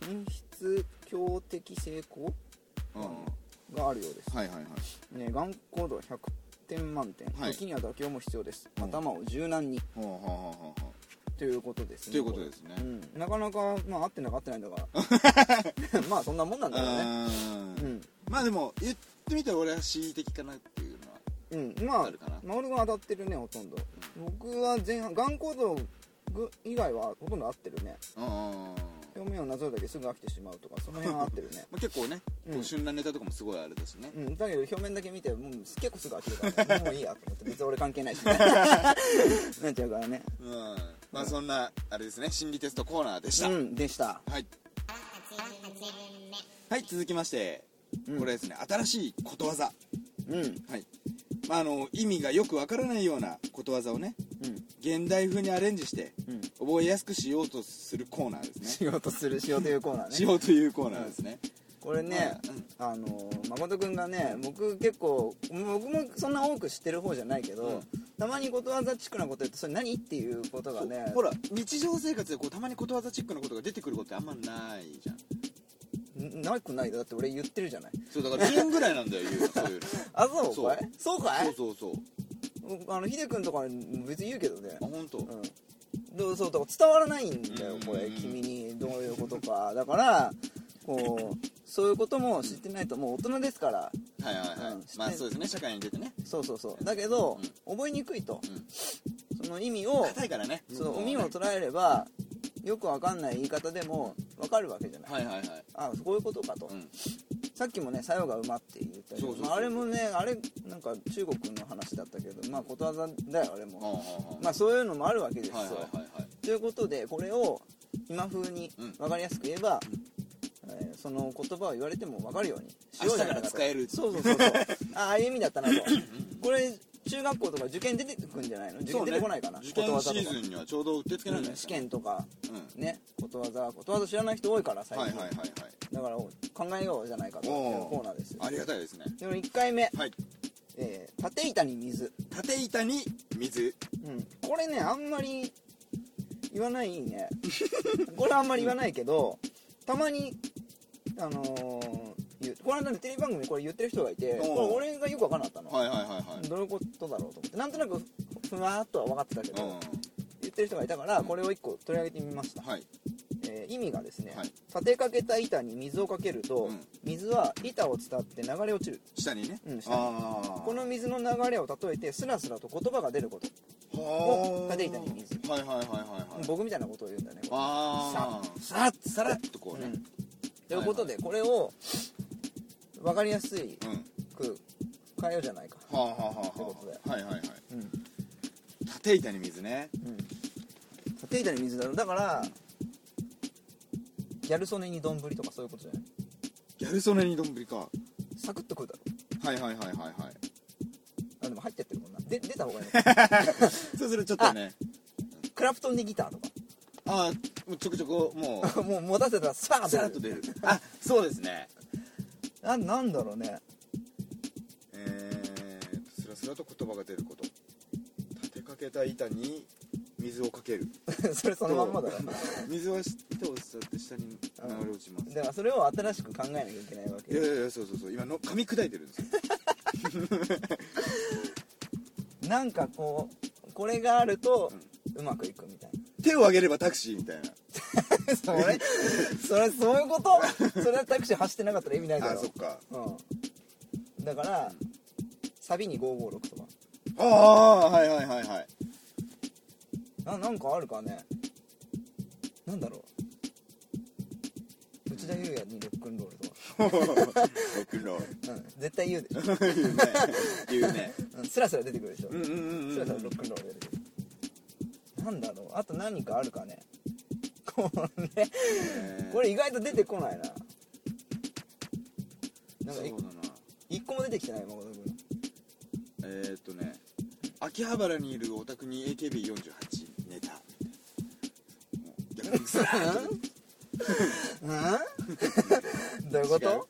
[SPEAKER 1] 変質強的成功
[SPEAKER 2] うん
[SPEAKER 1] があるようです、
[SPEAKER 2] はいはいはい
[SPEAKER 1] ね、頑固度100点満点、
[SPEAKER 2] はい
[SPEAKER 1] 時には妥協も必要です、
[SPEAKER 2] うん
[SPEAKER 1] 頭を柔軟に
[SPEAKER 2] ほうほうほうほうほ
[SPEAKER 1] ということです
[SPEAKER 2] う
[SPEAKER 1] ね
[SPEAKER 2] ということですね
[SPEAKER 1] れうん、なかなか、まあ、合ってなか合ってないんだ から まあそんなもんなんだろうね
[SPEAKER 2] う
[SPEAKER 1] うんん
[SPEAKER 2] まあでも言ってみたら俺は C 的かなっていうのは
[SPEAKER 1] うんま
[SPEAKER 2] あ
[SPEAKER 1] あ
[SPEAKER 2] るかな
[SPEAKER 1] マオルが当たってるねほとんど、僕は前半頑固度ぐ以外はほとんど合ってるね
[SPEAKER 2] うん
[SPEAKER 1] 表面をなぞるだけすぐ飽きてしまうとかその辺は合ってる ね
[SPEAKER 2] まあ、結構ね、こ
[SPEAKER 1] う
[SPEAKER 2] うん旬なネタとかもすごいあれだしね、
[SPEAKER 1] うん、だけど表面だけ見てもう結構すぐ飽きるから、 ね、もういいやと思って別に俺関係ないし、ね、なっちゃうからね
[SPEAKER 2] うんまあそんなあれですね心理テストコーナーでした、
[SPEAKER 1] うんでした
[SPEAKER 2] はいはい続きまして、
[SPEAKER 1] うん
[SPEAKER 2] これですね新しいことわざ
[SPEAKER 1] うんうん
[SPEAKER 2] はいまああの意味がよくわからないようなことわざをね現代風にアレンジして
[SPEAKER 1] うん
[SPEAKER 2] 覚えやすくしようとするコーナーですね
[SPEAKER 1] しようとするしようというコーナー
[SPEAKER 2] し
[SPEAKER 1] ね
[SPEAKER 2] ようというコーナーですね、
[SPEAKER 1] これね、あのー誠君がね僕結構僕もそんな多く知ってる方じゃないけど、
[SPEAKER 2] うん
[SPEAKER 1] たまにことわざチックなこと言ってそれ何っていうことがね
[SPEAKER 2] ほら日常生活でこうたまにことわざチックなことが出てくることってあんまないじゃん
[SPEAKER 1] んなくないだって俺言ってるじゃない
[SPEAKER 2] そうだ からンぐらいなんだよ言うのそういうの
[SPEAKER 1] あそう
[SPEAKER 2] そう
[SPEAKER 1] かいそうかい
[SPEAKER 2] そうそうそう
[SPEAKER 1] あのヒデ君とかに別に言うけどね
[SPEAKER 2] あ本当、
[SPEAKER 1] うんどうそうだから伝わらないんだよこれ
[SPEAKER 2] うん
[SPEAKER 1] 君にどういうことかだからこうそういうことも知ってないともう大人ですから
[SPEAKER 2] はいはいはい、
[SPEAKER 1] うん
[SPEAKER 2] まあそうですね社会に出てね
[SPEAKER 1] そうそうそうだけど覚えにくいとその意味を
[SPEAKER 2] 硬いからね
[SPEAKER 1] その海を捉えればよくわかんない言い方でもわかるわけじゃない
[SPEAKER 2] はいはいはい、
[SPEAKER 1] あこういうことかと
[SPEAKER 2] うん、
[SPEAKER 1] さっきもね「さよが馬」って言ったけ
[SPEAKER 2] そ
[SPEAKER 1] ど
[SPEAKER 2] うそうそう
[SPEAKER 1] まああれもねあれなんか中国の話だったけどまあことわざだよあれもま
[SPEAKER 2] ま
[SPEAKER 1] あそういうのもあるわけです
[SPEAKER 2] あ
[SPEAKER 1] よ、
[SPEAKER 2] はいはいはいはい
[SPEAKER 1] ということでこれを今風に
[SPEAKER 2] うん
[SPEAKER 1] 分かりやすく言えば、えーその言葉を言われても分かるようにしようじゃないかと
[SPEAKER 2] 明日から使える
[SPEAKER 1] そうそうそう そうあああいう意味だったなとこれ中学校とか受験出てくんじゃないの受
[SPEAKER 2] そ
[SPEAKER 1] 験
[SPEAKER 2] うね
[SPEAKER 1] 出てこないかな、
[SPEAKER 2] 受
[SPEAKER 1] ことわ
[SPEAKER 2] 験
[SPEAKER 1] ざ
[SPEAKER 2] シ
[SPEAKER 1] とか
[SPEAKER 2] ーズンにはちょうどうってつけなんじ
[SPEAKER 1] う試
[SPEAKER 2] ゃなんいですか、
[SPEAKER 1] 験とか
[SPEAKER 2] うん
[SPEAKER 1] ねことわざことわざ知らない人多いから最
[SPEAKER 2] はい
[SPEAKER 1] 近、
[SPEAKER 2] はいはいはい
[SPEAKER 1] だから考えようじゃないかという
[SPEAKER 2] おー
[SPEAKER 1] コーナーです
[SPEAKER 2] ありがたいですね
[SPEAKER 1] でも1回目、
[SPEAKER 2] はい
[SPEAKER 1] えー縦板に水、
[SPEAKER 2] 縦板に水
[SPEAKER 1] これねあんまり言わないね これあんまり言わないけどたまにあのー言うこの間ねテレビ番組でこれ言ってる人がいて
[SPEAKER 2] おう
[SPEAKER 1] これ俺がよく分かんなかったの、
[SPEAKER 2] はいはいはいはい
[SPEAKER 1] どういうことだろうと思ってなんとなくふふわーっとは分かってたけど、
[SPEAKER 2] うん
[SPEAKER 1] 言ってる人がいたからこれを1個取り上げてみました、
[SPEAKER 2] はい
[SPEAKER 1] えー意味がですね、
[SPEAKER 2] はい
[SPEAKER 1] 立てかけた板に水をかけると、
[SPEAKER 2] うん
[SPEAKER 1] 水は板を伝って流れ落ちる
[SPEAKER 2] 下にね、
[SPEAKER 1] うん下に
[SPEAKER 2] ああ
[SPEAKER 1] この水の流れを例えてスラスラと言葉が出ること
[SPEAKER 2] はあ
[SPEAKER 1] 縦板に水
[SPEAKER 2] はいはいはいはいはい
[SPEAKER 1] 僕みたいなことを言うんだよねこれ
[SPEAKER 2] ああ
[SPEAKER 1] さらっ
[SPEAKER 2] さらっとこうね
[SPEAKER 1] うんということでこれを分かりやす
[SPEAKER 2] うん、
[SPEAKER 1] く変えようじゃないか、
[SPEAKER 2] はあはあはあ
[SPEAKER 1] という
[SPEAKER 2] は
[SPEAKER 1] ことで
[SPEAKER 2] あはいはいはい
[SPEAKER 1] うん
[SPEAKER 2] 縦板に水ね
[SPEAKER 1] うん、縦板に水だろだからギャル曽根に丼とかそういうことじゃない
[SPEAKER 2] ギャル曽根に丼かは
[SPEAKER 1] サクッと食うだろ
[SPEAKER 2] いはいはいはいはい
[SPEAKER 1] あでも入ってってるもんなで出た方がいいの
[SPEAKER 2] そうするとちょっとね
[SPEAKER 1] クラプトンでギターと
[SPEAKER 2] ああちょくちょくも
[SPEAKER 1] か もう持たせたらスパーン
[SPEAKER 2] う
[SPEAKER 1] と
[SPEAKER 2] さ
[SPEAKER 1] 出
[SPEAKER 2] ら
[SPEAKER 1] る
[SPEAKER 2] っと出るあそうですね
[SPEAKER 1] ななんだろうね
[SPEAKER 2] えー、スラスラと言葉が出ること立てかけた板に水をかける
[SPEAKER 1] それそのまんまだろ
[SPEAKER 2] 水は手を伝って下に流れ落ちます
[SPEAKER 1] だからそれを新しく考えなきゃいけないわけ
[SPEAKER 2] いやいやいやそうそうそう今の噛み砕いてるんですよ
[SPEAKER 1] なんかこうこれがあるとうまくいくみたいな
[SPEAKER 2] 手を上げればタクシーみたいな
[SPEAKER 1] それ、それ、そういうことそれはタクシー走ってなかったら意味ないだ
[SPEAKER 2] あ
[SPEAKER 1] ろ
[SPEAKER 2] そっ。か
[SPEAKER 1] うん。だから、サビに556とか。
[SPEAKER 2] ああはいはいはいはい
[SPEAKER 1] な、なんかあるかね。なんだろう。内田裕也にロックンロールとか。
[SPEAKER 2] 僕 の
[SPEAKER 1] うん。絶対言うでしょ。
[SPEAKER 2] 言うね言うね
[SPEAKER 1] うん。スラスラ出てくるでしょ。
[SPEAKER 2] うんうんう
[SPEAKER 1] ス
[SPEAKER 2] んう
[SPEAKER 1] ラ
[SPEAKER 2] ん
[SPEAKER 1] スラロックンロール出てくる。なんだろう。あと何かあるかね。これ、
[SPEAKER 2] えー
[SPEAKER 1] これ意外と出てこないな。なん
[SPEAKER 2] そ
[SPEAKER 1] か
[SPEAKER 2] う
[SPEAKER 1] い
[SPEAKER 2] だな
[SPEAKER 1] 一個も出てきてない、誠君。
[SPEAKER 2] えー、っとね秋葉原にいるお宅に AKB48 ネタもう逆にスラーッと
[SPEAKER 1] うん どういうこと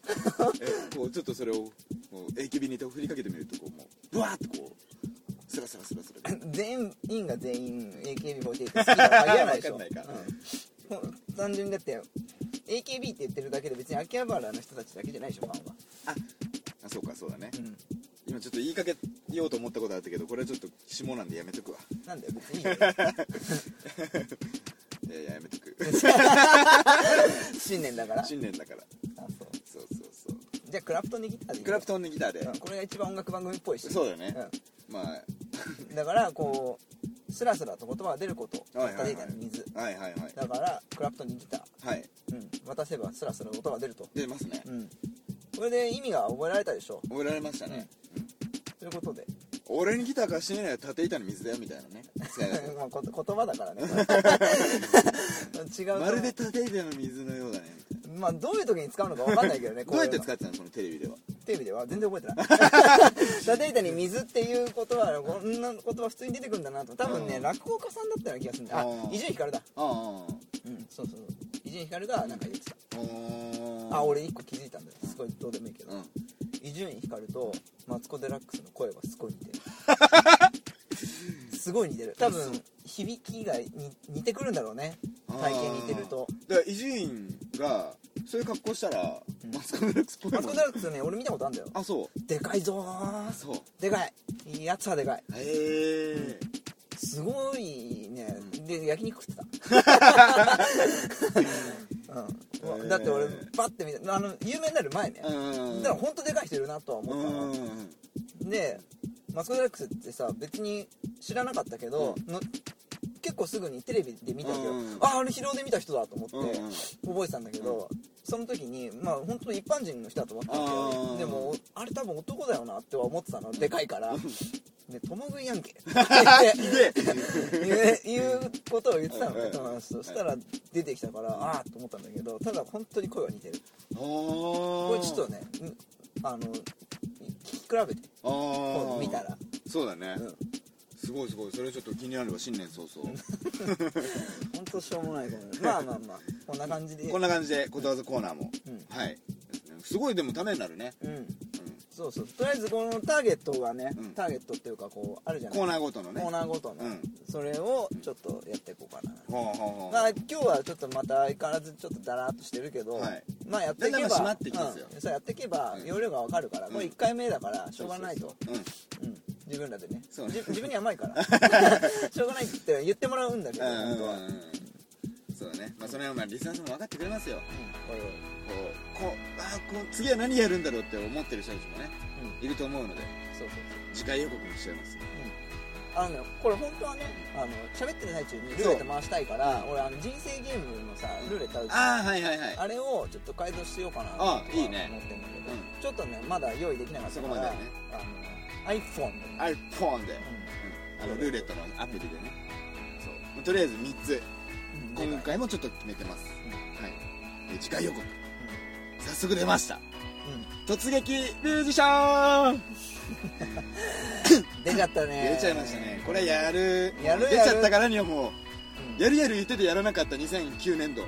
[SPEAKER 2] えこうちょっとそれをもう AKB ネタを振りかけてみるとこうもうブワーッとこうスラスラスラスラ
[SPEAKER 1] 全員が全員 AKB48 好きだとは限らないでしょ
[SPEAKER 2] わかんない
[SPEAKER 1] う
[SPEAKER 2] か
[SPEAKER 1] んほん単純にだって AKB って言ってるだけで別に秋葉原の人たちだけじゃないでしょファンは、
[SPEAKER 2] あそうかそうだね今ちょっと言いかけようと思ったことあったけどこれはちょっと下なんでやめとくわ
[SPEAKER 1] なんだよ別にいいよ
[SPEAKER 2] いやいややめとく
[SPEAKER 1] 新年だからあそ
[SPEAKER 2] 新年だから
[SPEAKER 1] う
[SPEAKER 2] そうそうそう
[SPEAKER 1] じゃあクラプトンでギターでいいよ
[SPEAKER 2] クラプトンのギターで、
[SPEAKER 1] うんこれが一番音楽番組っぽいし
[SPEAKER 2] そうだよね、
[SPEAKER 1] う
[SPEAKER 2] まあ
[SPEAKER 1] んだからこうスラスラと言葉が出ること
[SPEAKER 2] はいはいはい
[SPEAKER 1] 片手板に水
[SPEAKER 2] はいはいはい
[SPEAKER 1] だからクラプトンにギター、
[SPEAKER 2] はい
[SPEAKER 1] うん、渡せばスラスラ音が出ると
[SPEAKER 2] 出ますね、
[SPEAKER 1] うんこれで意味が覚えられたでしょ
[SPEAKER 2] 覚えられましたね、
[SPEAKER 1] ということで
[SPEAKER 2] 俺にギター貸してねえなら縦板の水だよみたいなね
[SPEAKER 1] まあ、こと言葉だ からねこれ違うと
[SPEAKER 2] まるで縦板の水のようだね
[SPEAKER 1] まあどういう時に使うのか分かんないけどね
[SPEAKER 2] どうやって使
[SPEAKER 1] う
[SPEAKER 2] ってたのそのテレビでは
[SPEAKER 1] テレビでは全然覚 えてない例えばに水っていうことはこんな言葉普通に出てくるんだなと多分ね、
[SPEAKER 2] うん
[SPEAKER 1] 落語家さんだったような気がするんだあ
[SPEAKER 2] うん
[SPEAKER 1] 伊集院光だ
[SPEAKER 2] ああ
[SPEAKER 1] うんそうそうそう伊集院光がなんか言ってた、
[SPEAKER 2] ああ
[SPEAKER 1] あ俺一個気づいたんだよすごいどうでもいいけど
[SPEAKER 2] うん
[SPEAKER 1] 伊集院光とマツコ・デラックスの声がすごい似てるすごい似てる多分響きがに似てくるんだろうね体型似てると
[SPEAKER 2] だから伊集院がそういう格好したら、
[SPEAKER 1] うん
[SPEAKER 2] マツコ・デラックスっぽい
[SPEAKER 1] マツ
[SPEAKER 2] もん
[SPEAKER 1] コ・デラックスね俺見たことあるんだよ
[SPEAKER 2] あそう
[SPEAKER 1] でかいぞー
[SPEAKER 2] そう
[SPEAKER 1] でかいやつはでかい
[SPEAKER 2] へえ
[SPEAKER 1] すごいねで焼肉食って た、うん
[SPEAKER 2] へー
[SPEAKER 1] だって俺バッて見たあの有名になる前ね
[SPEAKER 2] う
[SPEAKER 1] だ
[SPEAKER 2] ん
[SPEAKER 1] から本当でかい人いるなとは思ったの
[SPEAKER 2] うん
[SPEAKER 1] でマツコ・デラックスってさ別に知らなかったけど、の結構すぐにテレビで見たけど、
[SPEAKER 2] うん
[SPEAKER 1] あああれ疲労で見た人だと思って
[SPEAKER 2] うんうん
[SPEAKER 1] 覚えてたんだけど、その時にまあ本当に一般人の人だと思ってたんだけ
[SPEAKER 2] う
[SPEAKER 1] ど
[SPEAKER 2] ん
[SPEAKER 1] でもあれ多分男だよなっては思ってたのでかいから「で共食いや んけ」って 言ういうことを言ってたの
[SPEAKER 2] うんう
[SPEAKER 1] ね
[SPEAKER 2] ん
[SPEAKER 1] 友達とそしたら出てきたからああと思ったんだけどただ本当に声は似てるこ
[SPEAKER 2] こ
[SPEAKER 1] れちょっとねうんあの聞き比べて
[SPEAKER 2] あー
[SPEAKER 1] 見たら
[SPEAKER 2] そうだね、
[SPEAKER 1] うん
[SPEAKER 2] すごいすごいそれちょっと気になるわ新年早々
[SPEAKER 1] 本当しょうもないことまあまあまあこんな感じで
[SPEAKER 2] こんな感じでことわざコーナーも、
[SPEAKER 1] うん
[SPEAKER 2] はいすごいでもためになるね、
[SPEAKER 1] うん
[SPEAKER 2] う
[SPEAKER 1] そうそうとりあえずこのターゲットがね、
[SPEAKER 2] うん
[SPEAKER 1] ターゲットっていうかこうあるじゃ
[SPEAKER 2] ん
[SPEAKER 1] ない
[SPEAKER 2] コーナーごとのね
[SPEAKER 1] コーナーごとの、
[SPEAKER 2] うん
[SPEAKER 1] それをちょっとやっていこうかな、
[SPEAKER 2] ほうほうほう
[SPEAKER 1] まあ今日はちょっとまた相変わらずちょっとダラーっとしてるけど、
[SPEAKER 2] はい
[SPEAKER 1] まあやっていけば
[SPEAKER 2] だんだんまあ締まってきますよ
[SPEAKER 1] うんそうやっていけば
[SPEAKER 2] うん
[SPEAKER 1] 容量がわかるから、これ
[SPEAKER 2] うん
[SPEAKER 1] 1回目だからしょうがないと
[SPEAKER 2] そうそうそううん
[SPEAKER 1] うん自分らでね
[SPEAKER 2] そうね
[SPEAKER 1] じ自分に甘いから しょうがないって言ってもらうんだけど
[SPEAKER 2] うんうん
[SPEAKER 1] 本当
[SPEAKER 2] う
[SPEAKER 1] は、
[SPEAKER 2] んうんそうだね、まあ、その辺はまあリスナーさんも分かってくれますよこ
[SPEAKER 1] これを
[SPEAKER 2] うこうあーこう次は何やるんだろうって思ってる人たちもね
[SPEAKER 1] うん
[SPEAKER 2] いると思うので
[SPEAKER 1] そうそうそう
[SPEAKER 2] 次回予告にしちゃいます
[SPEAKER 1] あのね、これ本当はねあの喋ってる最中にルーレット回したいから俺あの人生ゲームのさルーレットあるじゃん
[SPEAKER 2] ああはいはいはい
[SPEAKER 1] あれをちょっと改造しようかなと
[SPEAKER 2] あ
[SPEAKER 1] は
[SPEAKER 2] いいね
[SPEAKER 1] 思ってんだけど、ちょっとねまだ用意できなかった
[SPEAKER 2] そ
[SPEAKER 1] か
[SPEAKER 2] こ
[SPEAKER 1] ら
[SPEAKER 2] までだよね
[SPEAKER 1] あの iPhone で、
[SPEAKER 2] あれポーンで、
[SPEAKER 1] う
[SPEAKER 2] うんあのルーレットのアプリでね
[SPEAKER 1] んそう
[SPEAKER 2] まあとりあえず3つ
[SPEAKER 1] うん
[SPEAKER 2] 今回もちょっと決めてます、はいえ次回予告早速出ました
[SPEAKER 1] う
[SPEAKER 2] 突撃ミュージシャン
[SPEAKER 1] ん出ちゃったね
[SPEAKER 2] 出ちゃいましたねこれやる
[SPEAKER 1] やるやる
[SPEAKER 2] 出ちゃったからにはも
[SPEAKER 1] うん
[SPEAKER 2] うやるやる言っててやらなかった2009年度
[SPEAKER 1] う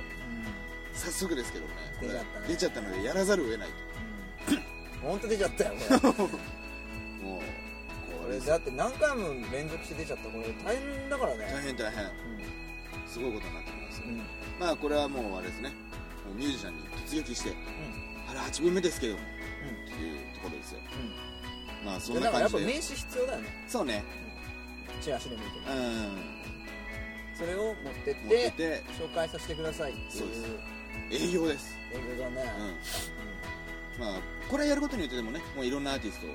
[SPEAKER 2] 早速ですけどねこれ
[SPEAKER 1] 出ちゃったね
[SPEAKER 2] 出ちゃったのでやらざるを得ない
[SPEAKER 1] ん本当出ちゃったよこ れ
[SPEAKER 2] ともうこ
[SPEAKER 1] これ
[SPEAKER 2] れ
[SPEAKER 1] だって何回も連続して出ちゃったこれ大変だから
[SPEAKER 2] 大
[SPEAKER 1] ね
[SPEAKER 2] 変大変すごいことになってきますよ
[SPEAKER 1] うんうん
[SPEAKER 2] まあこれはもうあれですねもうミュージシャンに突撃してあれ8分目ですけどもっていうところですよまあ
[SPEAKER 1] う
[SPEAKER 2] そ
[SPEAKER 1] んうん
[SPEAKER 2] ん
[SPEAKER 1] だ
[SPEAKER 2] な
[SPEAKER 1] からや
[SPEAKER 2] 感
[SPEAKER 1] っぱ
[SPEAKER 2] じ
[SPEAKER 1] 名
[SPEAKER 2] で
[SPEAKER 1] 刺必要だよね
[SPEAKER 2] そうね
[SPEAKER 1] チラシで見てね
[SPEAKER 2] うん
[SPEAKER 1] それを持ってっ
[SPEAKER 2] 持っ
[SPEAKER 1] て
[SPEAKER 2] てて
[SPEAKER 1] 紹介させてくださいって
[SPEAKER 2] そう
[SPEAKER 1] い
[SPEAKER 2] で
[SPEAKER 1] う
[SPEAKER 2] す営業です
[SPEAKER 1] 映画だね
[SPEAKER 2] うんまあ、これやることによってでもねもういろんなアーティストを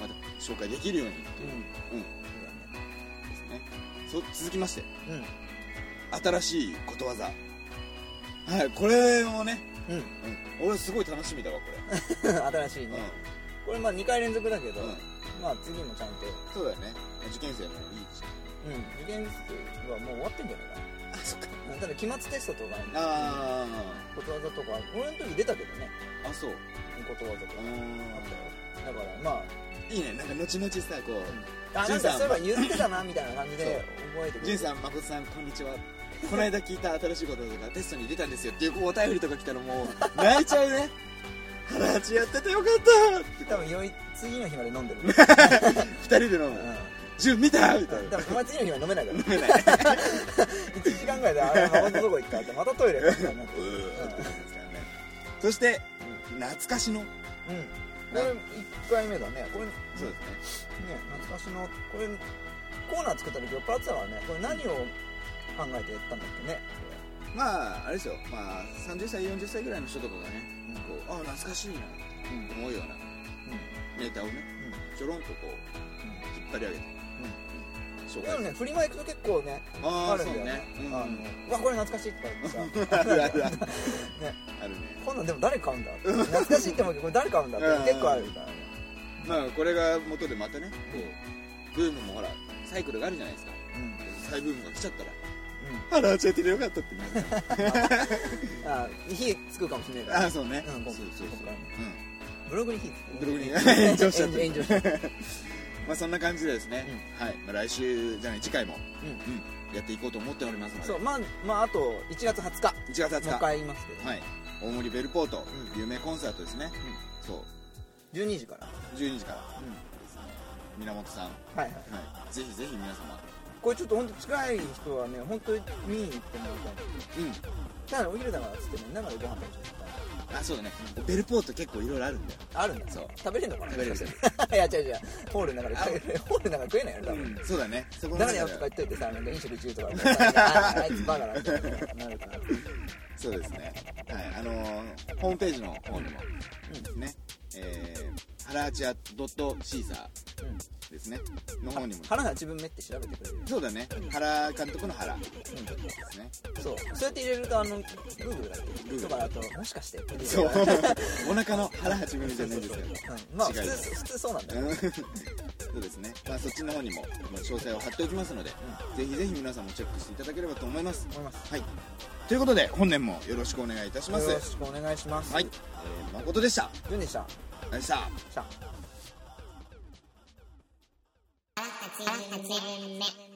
[SPEAKER 2] また紹介できるようにって
[SPEAKER 1] うん
[SPEAKER 2] いううんうんですねそ続きまして
[SPEAKER 1] そうだね
[SPEAKER 2] 新しいことわざはいこれもね、
[SPEAKER 1] うんうん
[SPEAKER 2] うん、俺すごい楽しみだわこ れ、
[SPEAKER 1] 新しいうね
[SPEAKER 2] ん
[SPEAKER 1] これまあ2回連続だけど
[SPEAKER 2] うん
[SPEAKER 1] まあ次もちゃんと
[SPEAKER 2] そうだよね受験生もいいし
[SPEAKER 1] うん受験数はもう終わってんじゃない
[SPEAKER 2] あそっか
[SPEAKER 1] かなただ期末テストとか
[SPEAKER 2] あ
[SPEAKER 1] ことわざとか俺の時出たけどね
[SPEAKER 2] ーあそう
[SPEAKER 1] ことわざとかあっ
[SPEAKER 2] う
[SPEAKER 1] た
[SPEAKER 2] ん
[SPEAKER 1] よだからま
[SPEAKER 2] いいねなんか後々さこ
[SPEAKER 1] ああ
[SPEAKER 2] ジ
[SPEAKER 1] なん
[SPEAKER 2] ュン
[SPEAKER 1] か
[SPEAKER 2] さ
[SPEAKER 1] そ
[SPEAKER 2] ん
[SPEAKER 1] ういえば言ってたなみたいな感じで覚えて
[SPEAKER 2] う「
[SPEAKER 1] く
[SPEAKER 2] じ
[SPEAKER 1] れ
[SPEAKER 2] ゅ
[SPEAKER 1] る
[SPEAKER 2] んさん誠さんこんにちは」この間聞いた新しいことわざがテストに出たんですよっていうこうお便りとか来たらもう 泣いちゃうね原八やっててよかったって
[SPEAKER 1] 多分よい次の日まで飲んでる
[SPEAKER 2] 二人で飲む
[SPEAKER 1] う
[SPEAKER 2] 「純見た!」みたい
[SPEAKER 1] ん多
[SPEAKER 2] な
[SPEAKER 1] 分お前次の日まで飲めないから
[SPEAKER 2] 飲めない う
[SPEAKER 1] 1時間ぐらいであれ孫のどこ行ったってまたトイレ行ったなってうん
[SPEAKER 2] ーってなりますからねそして懐かしの
[SPEAKER 1] これ1回目だねこれね
[SPEAKER 2] そうですね
[SPEAKER 1] 懐かしのこれコーナー作った時酔っ払ってたからねこれ何を考えてやったんだっけね
[SPEAKER 2] まああれですよまあ30歳40歳ぐらいの人とかがねこうあ懐かしいなって
[SPEAKER 1] うんうん
[SPEAKER 2] 思うようなネタをねちょろんとこう引っ張り上げて紹
[SPEAKER 1] でも
[SPEAKER 2] 介
[SPEAKER 1] ね振りまいくと結構ね
[SPEAKER 2] あ
[SPEAKER 1] あ
[SPEAKER 2] あ
[SPEAKER 1] る
[SPEAKER 2] そ
[SPEAKER 1] んだ
[SPEAKER 2] う
[SPEAKER 1] よね
[SPEAKER 2] ねうん
[SPEAKER 1] あのうわこれ懐かしいとか言ってさ
[SPEAKER 2] あるあるある
[SPEAKER 1] ね
[SPEAKER 2] あるね
[SPEAKER 1] こんなんでも誰買うんだ懐かしいって思うけどこれ誰買うんだって結構あるからね
[SPEAKER 2] まあこれが元でまたねこうブームもほらサイクルがあるじゃないですか
[SPEAKER 1] うん
[SPEAKER 2] 再ブームが来ちゃったら原八やっててよかったってなる
[SPEAKER 1] うんあ火つくかもしれないか
[SPEAKER 2] あ
[SPEAKER 1] ら
[SPEAKER 2] あそうね
[SPEAKER 1] うん
[SPEAKER 2] そうそうそう
[SPEAKER 1] ここからね
[SPEAKER 2] うん
[SPEAKER 1] ブログに火つく
[SPEAKER 2] ブログに 炎上しちゃっ
[SPEAKER 1] 炎上しちゃって
[SPEAKER 2] るまあそんな感じでですね、はい、まあ、来週じゃない次回も、うんやっていこうと思っておりますので
[SPEAKER 1] そうまあまああと1月20日
[SPEAKER 2] 1月
[SPEAKER 1] もう
[SPEAKER 2] 20
[SPEAKER 1] 一
[SPEAKER 2] 日、
[SPEAKER 1] 回言いますけど、
[SPEAKER 2] はい、大森ベルポート、
[SPEAKER 1] うん
[SPEAKER 2] 有名コンサートですね、そう
[SPEAKER 1] 12時から、
[SPEAKER 2] 12時から
[SPEAKER 1] う
[SPEAKER 2] 源さん、は
[SPEAKER 1] はいはい
[SPEAKER 2] い、ぜひぜひ皆様
[SPEAKER 1] これちょっと本当近い人はね本当に見に行ってもらいたい
[SPEAKER 2] うん
[SPEAKER 1] ただお昼だからっつってね生でご飯食べちゃっ
[SPEAKER 2] あそうだねベルポート結構いろいろあるんだよ
[SPEAKER 1] たあるんだ
[SPEAKER 2] そう
[SPEAKER 1] 食べれんのかな
[SPEAKER 2] 食べれる食
[SPEAKER 1] いや違う違うホールの中で食べれるホールの中で食えないよ多分、
[SPEAKER 2] うんそうだねそこの
[SPEAKER 1] だか
[SPEAKER 2] 中
[SPEAKER 1] ら
[SPEAKER 2] で
[SPEAKER 1] よとか言っといてさ、なんか飲食中とかさ、ああいつバカなんだよとかなるから。
[SPEAKER 2] そうですねはいあのーホームページの方にもねえーハラアチアドットシーサ
[SPEAKER 1] う
[SPEAKER 2] ーですねの方にも
[SPEAKER 1] ん。腹が自分目って調べてくれる。
[SPEAKER 2] そうだね原監督の原で
[SPEAKER 1] う
[SPEAKER 2] すね
[SPEAKER 1] ん。そう。そうやって入れると、あの、Google だっけ
[SPEAKER 2] Google
[SPEAKER 1] とかあと、もしかしてって出てく
[SPEAKER 2] そう
[SPEAKER 1] るから。
[SPEAKER 2] お腹の腹始めるじゃないですけど
[SPEAKER 1] うん。まあ、
[SPEAKER 2] 違い
[SPEAKER 1] 普
[SPEAKER 2] ま
[SPEAKER 1] 通、
[SPEAKER 2] す
[SPEAKER 1] 普通そうなんだよ。
[SPEAKER 2] うんそうですね、 まあ、そっちの方にもまあ詳細を貼っておきますので、ぜひぜひ皆さんもチェックしていただければと思います、
[SPEAKER 1] 思います。
[SPEAKER 2] はい、ということで本年もよろしくお願いいたします
[SPEAKER 1] よろしくお願いします。
[SPEAKER 2] はい、。えー、誠でした
[SPEAKER 1] どうでした
[SPEAKER 2] ありがとうございました
[SPEAKER 1] した
[SPEAKER 3] 8巡目